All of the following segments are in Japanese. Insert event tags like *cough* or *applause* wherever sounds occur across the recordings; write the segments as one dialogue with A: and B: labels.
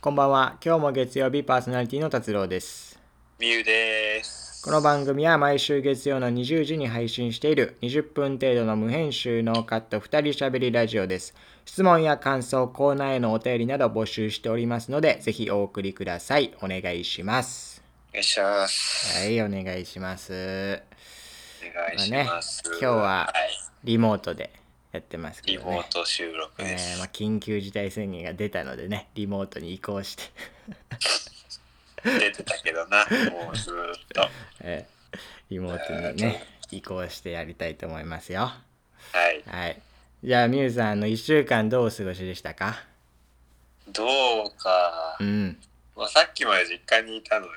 A: こんばんは。今日も月曜日パーソナリティの達郎です。
B: みゆです。
A: この番組は毎週月曜の20時に配信している20分程度の無編集ノーカット2人喋りラジオです。質問や感想、コーナーへのお便りなど募集しておりますので、ぜひお送りください。お願いします。
B: お願いします。
A: はい、お願いします。
B: お願いします。
A: まあね今日はいリモートでやってますけ
B: リ
A: ど
B: モ
A: ね
B: ー。ト収録
A: え
B: で
A: ー
B: す。
A: まあ、緊急事態宣言が出たのでね、リモートに移行して、
B: 出てたけど
A: *laughs*
B: な、もうずーっと。
A: えーリモートにね、移行してやりたいと思いますよ。
B: はい。
A: はい。じゃあ、みゆさん、あの1週間どうお過ごしでしたか
B: どうか
A: う。ん。
B: まあ、さっきまで実家にいたのよ。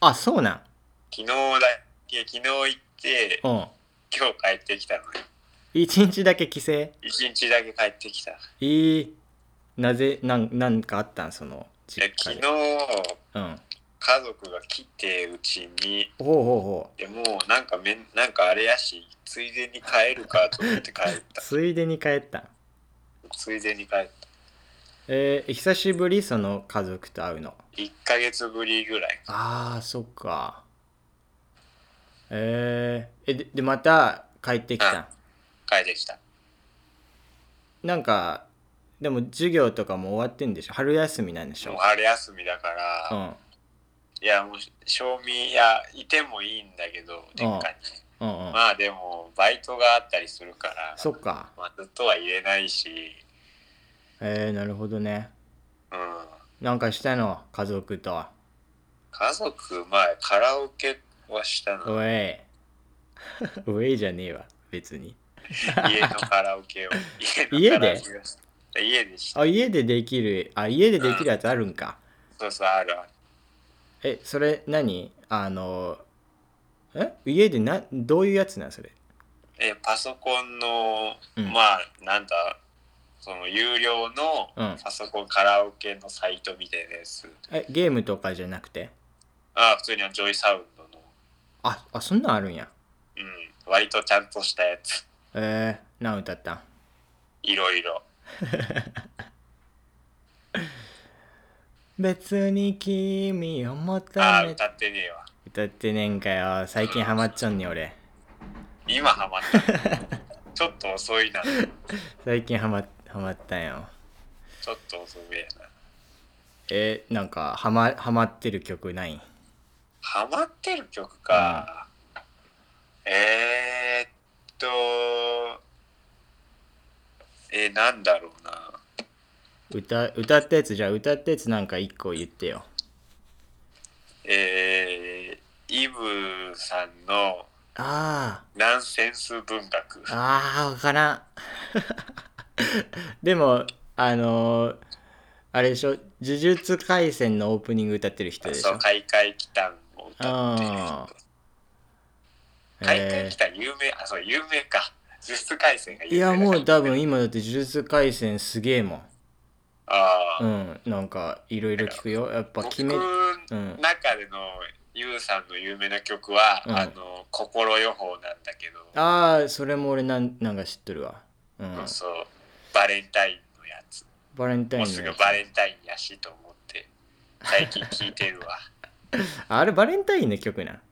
A: あ、そうなん。
B: 昨日だけ、昨日行って、
A: うん。
B: 今日帰ってきたのよ。
A: 1日だけ帰省え
B: 一日だけ帰ってきた。
A: ー、なぜ、なんなんかあったんその、実
B: で
A: 家
B: 昨日
A: で。、うん。
B: 家族が来て、うちに、
A: ほうほうほ
B: でもうなんかめん、なんかあれやし、ついでに帰るかと思って帰っ
A: う。
B: た。
A: ついでに帰ったん。
B: ついでに帰った。
A: えー、久しぶりその家族と会うの。
B: 1ヶ月ぶりぐらい。
A: ああそっかえー、えででまた帰ってきた
B: 帰ってきた。
A: なんかでも授業とかも終わってんでしょ春休みなんでし
B: もう
A: ょ
B: 春休みだか
A: う
B: ら、
A: ん
B: いやもう賞味いやいてもいいんだけど実家に、
A: うんうん
B: まあでもバイトがあったりするから
A: そっか
B: まあ、ずっとは入れないし、
A: えー、なるほどね
B: うん、
A: なんかしたの家族と
B: 家族まあカラオケはしたの
A: おいおいじゃねえわ別に
B: 家のカラオ
A: *laughs*
B: ケを
A: 家で
B: 家のカラオケをした家でした
A: あ家でできるあ家でできるやつあるんか
B: そうそうあるある
A: えそれ何あのえ家でなどういうやつなんそれ
B: えパソコンの、
A: うん
B: まあなんだその有料の
A: うん
B: パソコンカラオケのサイトみたいなやつ、
A: えゲームとかじゃなくて
B: あ普通にあのジョイサウンドの
A: ああそんなんあるんや
B: うん、割とちゃんとしたやつ。
A: えー、何歌ったん
B: いろいろ。
A: 別に君を求
B: ああ、
A: め
B: 歌ってねえわ。
A: 歌ってねえんかよ最近ハマっちゃんねん俺
B: 今ハマった。
A: *laughs*
B: ちょっと遅いな。ち
A: 最近ハマハマったんよ
B: ょっと遅めやな。
A: えー、なんかハマハマってる曲ないん
B: ハマってる曲か。えー、っと、えー、なんだろうな。
A: 歌歌ったやつじゃあ歌ったやつなんか一個言ってよ
B: えー、イブさんの
A: あ
B: ナンセンス文学。
A: ーあーわからん *laughs* でもあのー、あれでしょ「呪術廻戦」のオープニング歌ってる人でし
B: そう、
A: ょ
B: 開会期間を歌ってる
A: あ
B: 人
A: ー。
B: 開
A: え
B: 会
A: ー
B: 期間有名、あ、そう、有名か。呪術廻戦が有
A: い
B: 名だ
A: や
B: か
A: も
B: ら
A: う多分今だって呪術廻戦すげえもん。
B: ああ、
A: うん、なんかいろいろ聞くよ。やっぱ
B: 僕
A: 決め、うん、
B: の中でのゆうさんの有名な曲は、
A: うん
B: あの心予報なんだけど、
A: ああ、それも俺なんなんか知っとるわ。うん、
B: そうバレンタインのやつ、
A: バレンタイ
B: もう
A: ンの
B: すぐ
A: や
B: バレンタインやしと思って最近聴い
A: *laughs*
B: てるわ
A: つ。あれバレンタインの曲なん。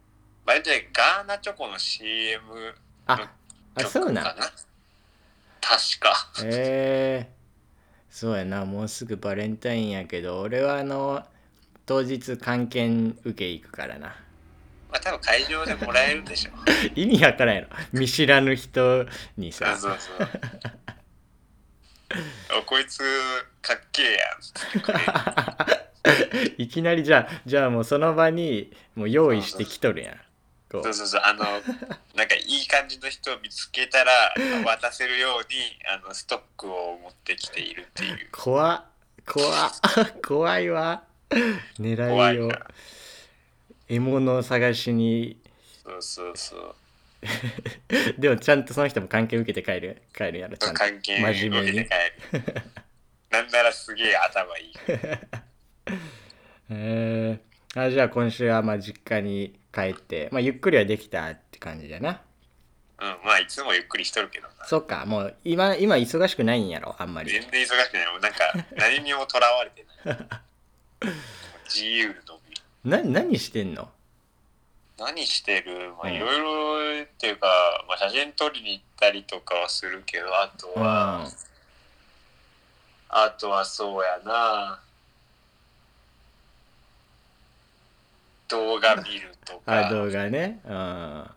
B: バレンタインガーナチョコの CM
A: あ、あ、
B: 曲か
A: そう
B: な
A: なん。
B: 確か
A: へえそうやな、もうすぐバレンタインやけど、俺はあの、当日関係受け行くからな。 *laughs*
B: まあ多分会場でもらえるんでしょ
A: 意味わからんやろ。見知らぬ人に
B: そう
A: さ。
B: そうそうおこいつかっけえやん
A: いきなりじゃあ、じゃあもうその場にもう用意してきとるやん。こ
B: そう
A: う
B: そうそう
A: *laughs*
B: あのなんかいい感じの人を見つけたら渡せるようにあのストックを持ってきているっていう
A: 怖っ怖っ *laughs* 怖いわ。
B: 怖
A: 狙い
B: い
A: を
B: から
A: 獲物を探しに、
B: そうそうそう
A: でもちゃんとその人も関係受けて帰る、帰るやろ、ちゃんと。
B: 関係
A: 真面目に
B: 受けて帰るなんならすげえ頭いい
A: えー、あじゃあ今週はまあ実家に帰って、まあゆっくりはできたって感じだな。
B: うんまあいつもゆっくりしとるけどな
A: そっか、もう今、今忙しくないんやろ、あんまり。
B: 全然忙しくないもうなんか何にもとらわれてない自由のみ。
A: な何してんの
B: 何してるまあ
A: うん
B: いろいろっていうか、まあ、写真撮りに行ったりとかはするけど、あとは、あとはそうやな。動画見ると
A: あ
B: か、
A: 動画ねうん
B: ま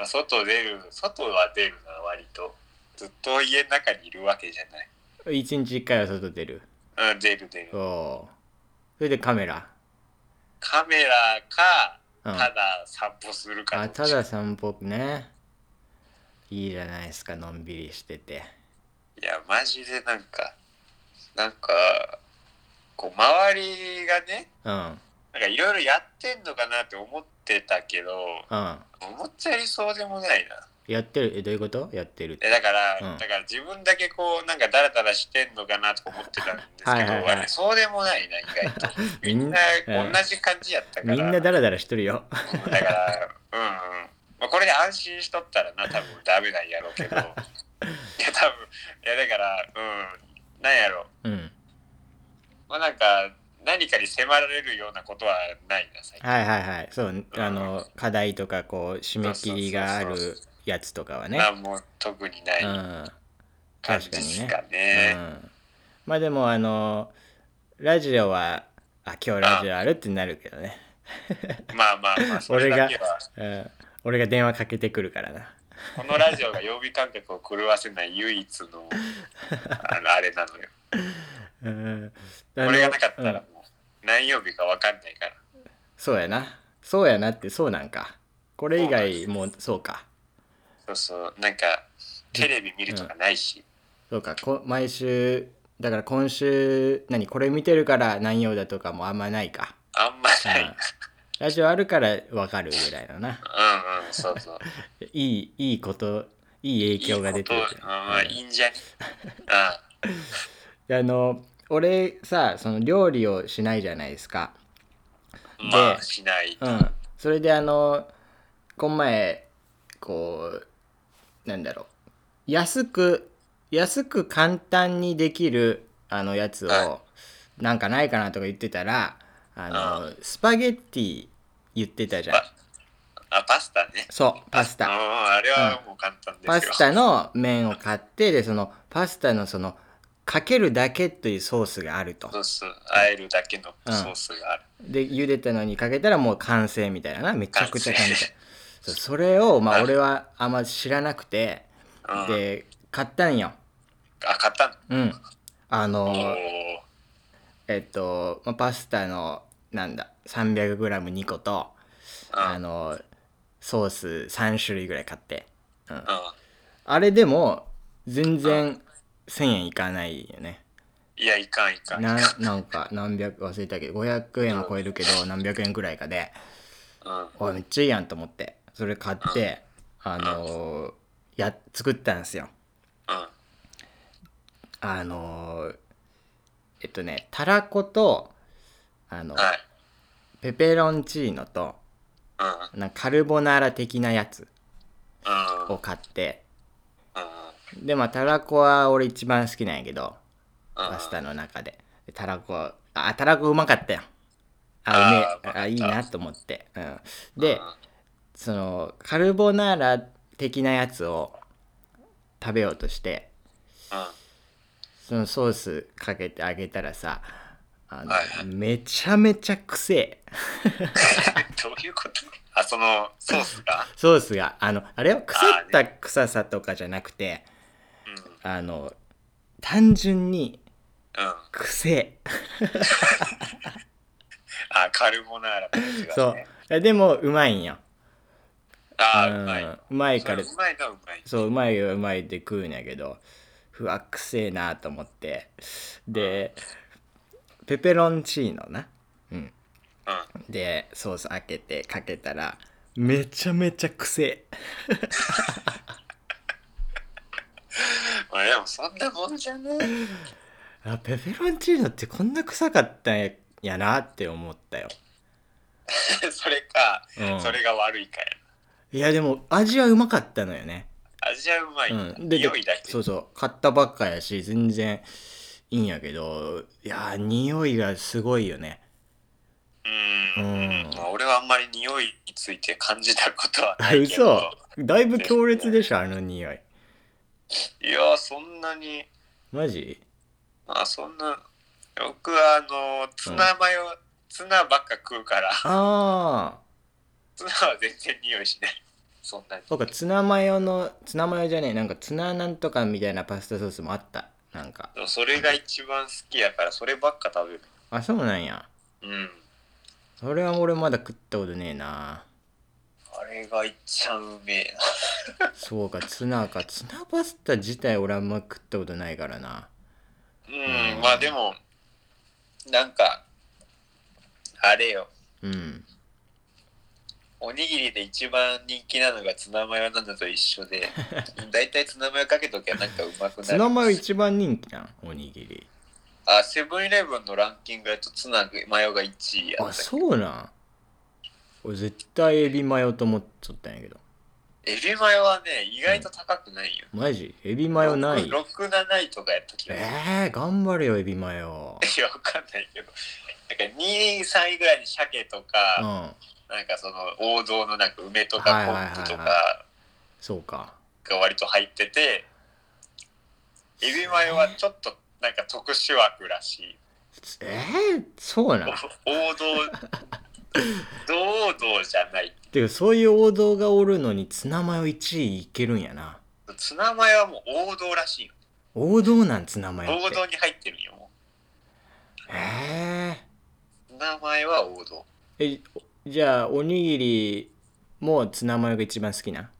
B: あ、外出る、外は出るな、割と。ずっと家の中にいるわけじゃない。
A: 一日一回は外出る
B: うん、出る出る。
A: おそれでカメラ、
B: カメラか、
A: うん、
B: ただ散歩するか
A: あ
B: どっちか
A: ただ散歩ねいいじゃないですかのんびりしてて
B: いやマジでなんかなんかこう周りがね
A: うん
B: なんかいろいろやってんのかなって思ってたけど
A: うん
B: 思ったよりそうでもないな
A: やってるえどういうことやってる
B: えだから、
A: うん
B: だから自分だけこうなんかダラダラしてんのかなとか思ってたんですけど
A: はいはいはい
B: あれそうでもないな意外
A: *laughs*
B: とみんな
A: うん
B: 同じ感じやったから
A: みんなダラダラしてるよ
B: だからうんうん、まあ、これで安心しとったらな多分ダメなんやろ
A: *laughs*
B: うけどいや多分いやだからうんなんやろう
A: うん
B: まあなんか何かに迫られるようなことはないな最近。
A: はいはいはいそうあの課題とかこう締め切りがあ
B: そうそう
A: る
B: そうそ
A: やつとかはね
B: まあもう特にな
A: う
B: い
A: ん
B: 感じですか
A: う
B: ね。
A: ん、まあでもあのラジオはあ今日ラジオあるってなるけどね、
B: まあまあまあそれだけは
A: うん、俺が電話かけてくるからな
B: このラジオが曜日感覚を狂わせない唯一のあのあれなのよ。
A: うん
B: こ
A: あの
B: れがなかった
A: う
B: ら
A: ん
B: もう何曜日かわかんないから。
A: そうやなそうやなってそうなんかこれ以外もうそうか
B: そうそうなんかテレビ見るとかないし。
A: そうかこ毎週だから今週何これ見てるから何曜だとかもあんまないか、
B: あんまない。う
A: うんラジオあるからわかるぐらいのなん
B: うんそうそう。
A: いいいいこといい影響が出てる
B: いいことうんまあいいん
A: *laughs*
B: じゃね。あ
A: であの俺さその料理をしないじゃないですか
B: あま
A: で
B: あしない。
A: うんそれであのこの前こうなんだろう安く安く簡単にできるあのやつを
B: は
A: なんかないかなとか言ってたらあのスパゲッティ言ってたじゃん
B: パあパスタね。
A: そうパス
B: うん
A: タ
B: あれはもう簡単ですよ。
A: パスタの麺を買ってでそのパスタのそのかけるだけというソースがあると
B: ソース、あえるだけのソースがある。
A: で茹でたのにかけたらもう完成みたいななめちゃくちゃ簡単
B: 完成
A: そうそれをま
B: は
A: あ
B: い
A: 俺はあんま知らなくて
B: うん、
A: で買ったんよ
B: あ、買ったの
A: うんあ
B: お
A: の
B: ー
A: えっと、まあ、パスタのなんだ 300g2 個と
B: うん
A: あのソース3種類ぐらい買って
B: うん。
A: あれでも全然1000円いかないよね
B: いや、いかんいかん。
A: ない
B: かん
A: なんか何百忘れたけど500円は超えるけど何百円くらいかで
B: うん。
A: おいめっちゃいいやんと思ってそれ買ってあのーや作ったんですよ
B: うん。
A: あのーえっとねたらことあの
B: はい。
A: ペペロンチーノと
B: うん。
A: なんかカルボナーラ的なやつ
B: うん。
A: を買って
B: うん。
A: でまあたらこは俺一番好きなんやけど
B: うん
A: パスタの中ででたらこあたらこうまかったよあうめえ
B: あーうまかった
A: あいいなと思って、うん、でそのカルボナーラ的なやつを食べようとして
B: うん。
A: そのソースかけてあげたらさあの、
B: はいはい
A: めちゃめちゃくせえ
B: どういうことあ、そのソースが
A: ソースがあのあれは腐った臭さとかじゃなくて
B: うん。
A: あの単純に
B: うん。
A: くせ
B: あ、カルボナーラってやつ
A: え
B: が
A: そう
B: ね。
A: えでもうまいんよ
B: あ
A: う
B: ー、
A: ん
B: うまい。
A: うまい
B: そ
A: から
B: れうまいな、うまい。
A: そううまいようまいって食うんやけどうわくせえなと思ってでペペロンチーノなうん
B: うん。
A: でソース開けてかけたらめちゃめちゃくせえ
B: まあでもそんなもんじゃね
A: あペペロンチーノってこんな臭かったんややなって思ったよ、
B: え。それか、
A: うん、
B: それが悪いかや。
A: いやでも味はうまかったのよね、
B: 味はうまい。
A: うん、でで
B: 匂いだけ。
A: そうそう買ったばっかやし全然いいんやけどいやー匂いがすごいよね
B: うんまあ、俺はあんまり匂いについて感じたことは
A: あ
B: ないけど
A: 嘘だいぶ強烈でしょあの匂い
B: いやそんなに
A: マジ
B: まあそんな僕はあのツナマヨ、ツナばっか食うから
A: あ
B: *laughs*
A: あ
B: ツナは全然匂いしないそんなに
A: そうかツナマヨのツナマヨじゃねえなんかツナなんとかみたいなパスタソースもあったなんか
B: でもそれが一番好きやからそればっか食べる
A: あそうなんや
B: うん
A: それは俺まだ食ったことねえな
B: あれがいっちゃうめえ
A: そうかツナかツナパスタ自体俺あんま食ったことないからな
B: な
A: う
B: うんんまあでもなんかあれよ
A: うん
B: おにぎりで一番人気なのがツナマヨなのと一緒
A: *laughs*
B: でだいたいツナマヨかけときゃなんかうまくなる
A: ツナマヨ一番人気じゃんおにぎり
B: あセブンイレブンのランキングやとツナマヨが1位や
A: あ
B: った
A: そうなん俺絶対エビマヨと思っとったんやけど
B: エビマヨはね意外と高くないよ、
A: マジエビマヨない
B: 6 7位とかやった気がする
A: えー、頑張れよエビマヨ
B: いやわかんないけどなんか2位3位ぐらいに鮭と
A: う
B: か、
A: ん
B: なんかその王道のなんか梅と
A: はいはいはい
B: か
A: はい
B: 昆布とか
A: そうか
B: が割と入っててエビマヨはちょっとなんか特殊枠らしい
A: えー、そうなん
B: お王道堂々じゃない
A: てかそういう王道がおるのにツナマヨ1位いけるんやな
B: ツナマヨはもう王道らしいよ
A: 王道なんツナマヨっ
B: 王
A: て
B: 道に入ってるんよもう
A: え
B: 名前は王道
A: ー、えじゃあおにぎりもツナマヨが一番好きな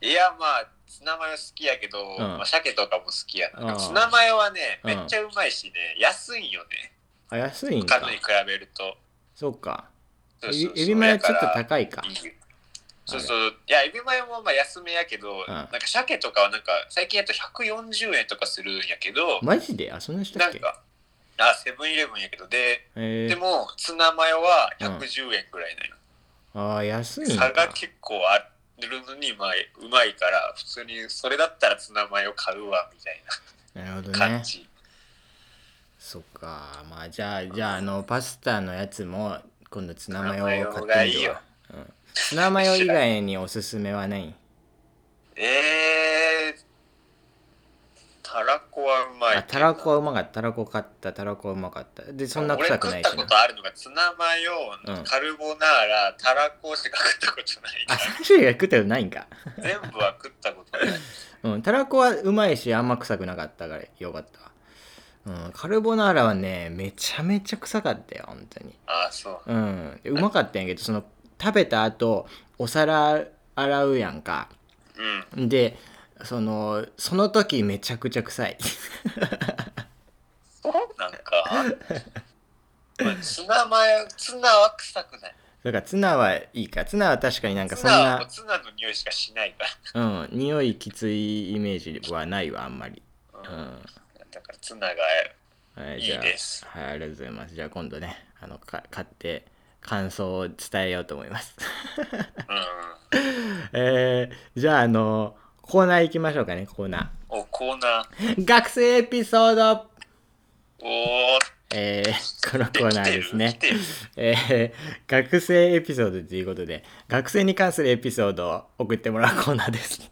A: い
B: やまあツナマヨ好きやけど、
A: ん
B: まあ、鮭とかも好きや
A: う
B: なんツナマヨはね
A: うん
B: めっちゃうまいしね、安いんよね
A: あ安いん
B: 他
A: か
B: のに比べると
A: そうか
B: そ
A: エ
B: うそう
A: ビ
B: そう
A: エビマヨちょっと
B: だから
A: 高いか
B: いいよそうそういやエビマヨもまあ安めやけど、
A: ん
B: なんか鮭とかはなんか最近やと140円とかするんやけど、
A: マジであそんなした
B: な
A: っ
B: ん
A: け
B: かあセブンイレブンやけどで
A: え
B: で
A: ー、
B: もツナマヨは110円ぐらいなの、
A: あー安いん
B: 差が
A: か
B: 結構あるのに、まあ、うまいから普通にそれだったらツナマヨ買うわみたい
A: なるほど
B: な感
A: ね
B: じ、
A: そっかまあじゃあじゃああのパスタのやつも今度ツナマヨを買って
B: ツナマヨがい
A: み
B: い
A: る
B: よ
A: わ、うん、ツナマヨ以外におすすめはない
B: えー、たらこはうまい
A: あたらこはうまかったたらこ買ったたらこはうまかったでそんな臭くない
B: 俺食
A: し
B: ったこ
A: な
B: とあるのがツナマヨ、
A: うん
B: カルボナーラたらこしか食ったことない
A: あ3種類が食ったことないんか、 *laughs*
B: 全部は食ったことない
A: うん、たらこはうまいしあんま臭くなかったからよかったわ、うん、カルボナーラはねめちゃめちゃ臭かったよ本当に
B: あそう
A: うんでうまかったんやけどその食べた後お皿洗うやんか
B: うん
A: でそのその時めちゃくちゃ臭い *laughs*
B: なん
A: *laughs*
B: か、まあ、ツナマヨツナは臭くない
A: だからツナはいいかツナは確かになんか
B: ツ
A: そん
B: ナはも
A: な
B: うツナの匂いしかしないから
A: うん匂いきついイメージはないわあんまり
B: う
A: うんん
B: だからツナが
A: はいい、
B: い
A: じゃあ
B: です
A: はい、ありがとうございます。じゃあ今度ね、あの、か買って感想を伝えようと思います。
B: うん
A: えー、じゃあ、あの、コーナー行きましょうかね、コーナ
B: おコーナー
A: ー。学生エピソード
B: おー
A: えー、このコーナーですね。
B: 来てる
A: えー、学生エピソードということで、学生に関するエピソードを送ってもらうコーナーです。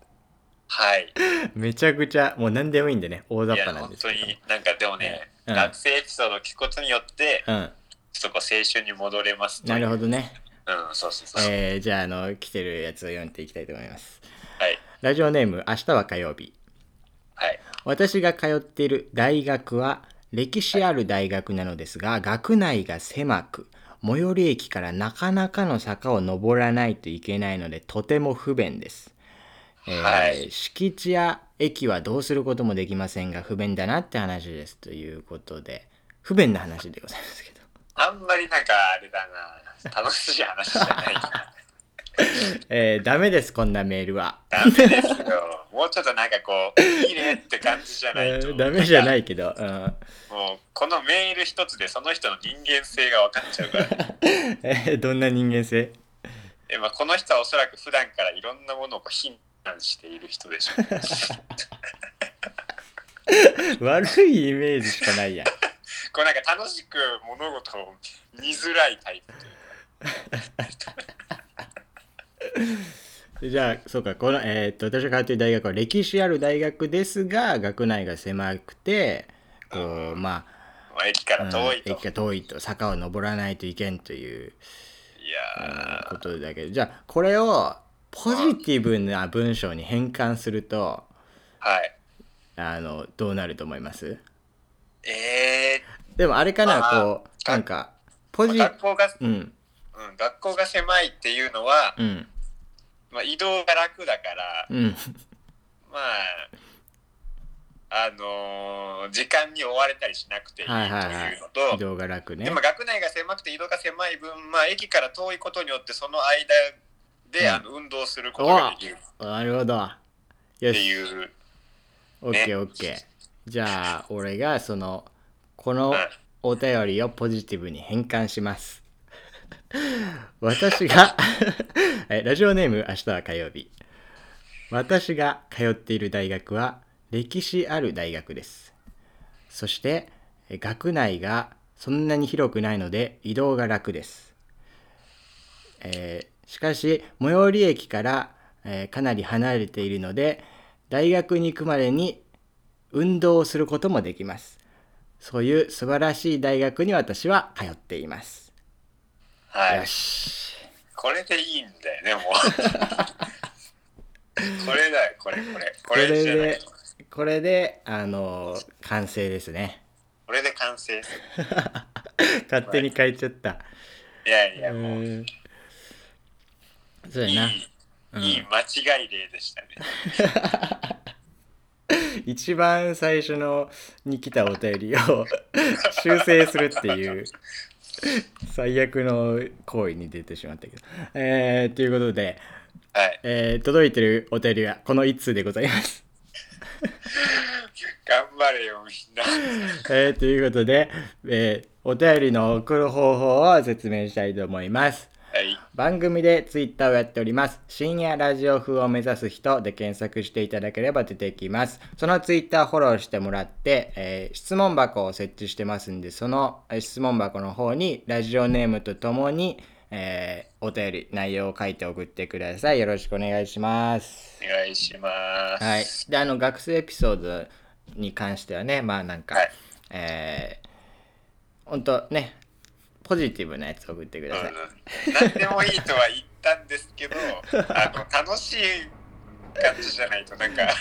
B: はい
A: めちゃくちゃ、もう何でもいいんでね、大雑
B: い
A: 把な
B: や
A: ん
B: 本
A: です
B: 当
A: けど。
B: になんかでもね、
A: うん
B: 学生エピソードを聞くことによって
A: うん、
B: ちょっとこう青春に戻れます
A: なる
B: ほ
A: ほどね。
B: どうんそうそうそう、
A: えー、じゃあ、あの、来てるやつを読んでいきたいと思います。
B: はい
A: ラジオネーム、明日は火曜日。
B: はい
A: 私が通っている大学は歴史ある大学なのですが学内が狭く最寄り駅からなかなかの坂を登らないといけないのでとても不便です、えー
B: はい
A: 敷地や駅はどうすることもできませんが不便だなって話ですということで不便な話でございますけど、 *laughs*
B: あんまりなんかあれだな楽しい話じゃないな
A: えーダメですこんなメールは、
B: ダメです
A: *laughs*
B: よもうちょっとなんかこういいねって感じじゃない
A: え
B: と、
A: ーダメじゃないいけど、うん
B: もうこのメール一つでその人の人間性が分かっちゃうから
A: えーどんな人間性
B: えまあ、この人はおそらく普段からいろんなものをこう非難している人でしょ
A: *laughs*
B: う、ね、
A: 悪いイメージしかないやん
B: こうなんか楽しく物事を見づらいタイプという
A: じゃあそうかこの、えーっと私が通っている大学は歴史ある大学ですが学内が狭くてこうま
B: まあ駅か
A: あ、
B: ら遠いと。
A: うん駅が遠いと坂を登らないといけんという
B: いやー
A: ことだけどじゃあこれをポジティブな文章に変換すると
B: はい。
A: あのどうなると思います
B: え
A: でもあれかな
B: あー
A: こうなんかポ
B: ー、
A: ジ
B: 学校が、
A: うん
B: うん、学校が狭いっていうのは、
A: うん
B: まあ、移動が楽だから、
A: うん
B: まあ、あのー時間に追われたりしなくていいと
A: はいはいはい
B: いうのと、
A: 移動が楽ね
B: でも学内が狭くて移動が狭い分、まあ、駅から遠いことによってその間で、
A: うん
B: あの運動することができるっ
A: なるほどよ
B: て
A: し
B: いう、
A: オッケーオッケー。じゃあ、俺がその、この
B: うん
A: お便りをポジティブに変換します。私が *laughs* え、ラジオネーム、明日は火曜日。私が通っている大学は、歴史ある大学です。そして、え学内がそんなに広くないので、移動が楽です。えーしかし最寄り駅から、えーかなり離れているので大学に行くまでに運動をすることもできますそういう素晴らしい大学に私は通っています、
B: はい
A: よ、し
B: これでいいんだよねも
A: *laughs*
B: うこれだよこれこれこれじゃない
A: ここれであのー完成ですね
B: これで完成する
A: 勝手に書いちゃった、
B: いやいや
A: う
B: もう
A: ーんそう
B: い、
A: やない
B: いい間違い例でしたね
A: 一番最初のに来たお便りを *laughs* 修正するっていう最悪の行為に出てしまったけど。えー、ということで、
B: はい
A: えー届いてるお便りはこの1通でございます。
B: 頑張れよみんな
A: *laughs* えーということで、えーお便りの送る方法を説明したいと思います。
B: はい
A: 番組でツイッターをやっております。深夜ラジオ風を目指す人で検索していただければ出てきます。そのツイッターフォローしてもらって、えー質問箱を設置してますんで、そのえー質問箱の方にラジオネームとともに、えーお便り、内容を書いて送ってください。よろしくお願いします。
B: お願いします
A: はい。で、あの、学生エピソードに関してはね、まあなんか、
B: はい
A: えー、ほんとね、ポジティブなやつ送ってください。
B: うん何でもいいとは言ったんです
A: *laughs*
B: けどあの楽しい感じじゃないとなん
A: *laughs*
B: か、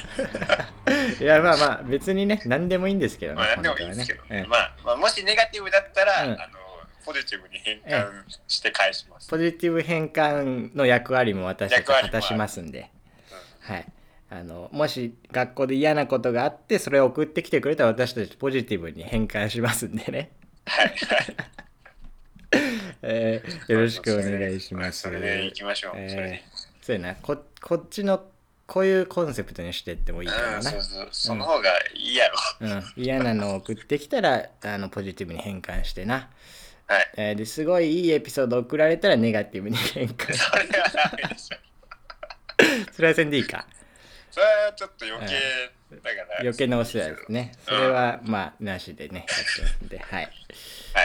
A: いやまあまあ別にね何でもいいんですけどね。
B: まあ、何でもいいんですけど、
A: 本当はねうん
B: まあ、まあもしネガティブだったら、
A: うん
B: あのポジティブに変換して返します、
A: ポジティブ変換の役割も私たち
B: 役
A: は
B: 割
A: 果
B: も
A: たしますんで、はい、あのもし学校で嫌なことがあってそれを送ってきてくれたら私たちポジティブに変換しますんでね、
B: はい
A: *laughs* えーよろしくお願いします。
B: それで行きましょう、それ
A: え
B: で
A: ーそうやなここっちのこういうコンセプトにしてってもいいかも
B: うん、
A: な
B: そう。そうその方がいいやろ、
A: うん、嫌なのを送ってきたらあのポジティブに変換してな。
B: はい
A: えーですごいいいエピソード送られたらネガティブに変換 *laughs*
B: それはダメでしょ
A: それはせんでいいか
B: それはちょっと余計だから
A: 余計なお世話ですねそれはまあなしでねやってますんではい、
B: はい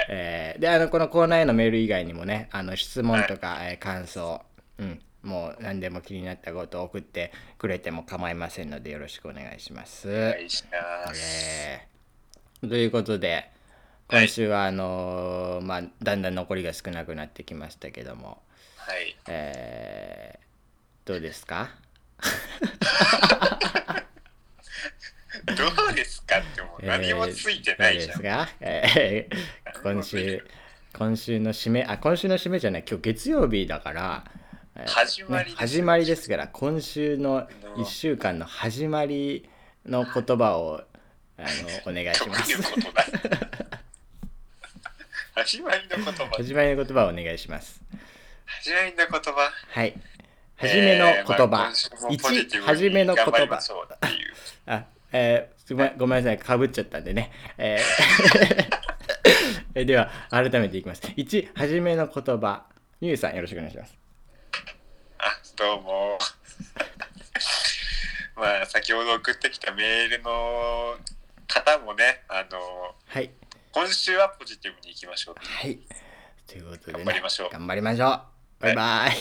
A: えーであのこのコーナーへのメール以外にもねあの質問とか、えー感想うんもう何でも気になったことを送ってくれても構いませんのでよろしくお願いします、
B: お願いします、
A: えーということで今週はあのーまあだんだん残りが少なくなってきましたけども
B: はい
A: えーどうですか
B: どうですかってもう *laughs* 何もついてないじゃん、
A: えーどうですか、えー今週、今週の締め、あ、今週の締めじゃない、今日月曜日だから、えー
B: 始まりです
A: ね
B: よ
A: 始まりですから、今週の1週間の始まりの言葉を、あの、お願いし
B: 特
A: ま
B: に
A: す。
B: ことだ。始まりの言葉。
A: *laughs* 始まりの言葉をお願いします。
B: 始まりの言葉。
A: はい。初めの言葉。1、初めの言葉。
B: そうっていう。
A: あ、えーすごめんごめんなさい、かぶっちゃったんでね。え
B: *laughs*
A: ーえでは、改めていきます。1、初めの言葉。ゆうさん、よろしくお願いします。
B: あ、どうも。 *laughs* まあ、先ほど送ってきたメールの方もね、あの、
A: はい。
B: 今週はポジティブにいきましょう。
A: はい。ということでね、
B: 頑張りましょう
A: 頑張りましょう。バイバイ。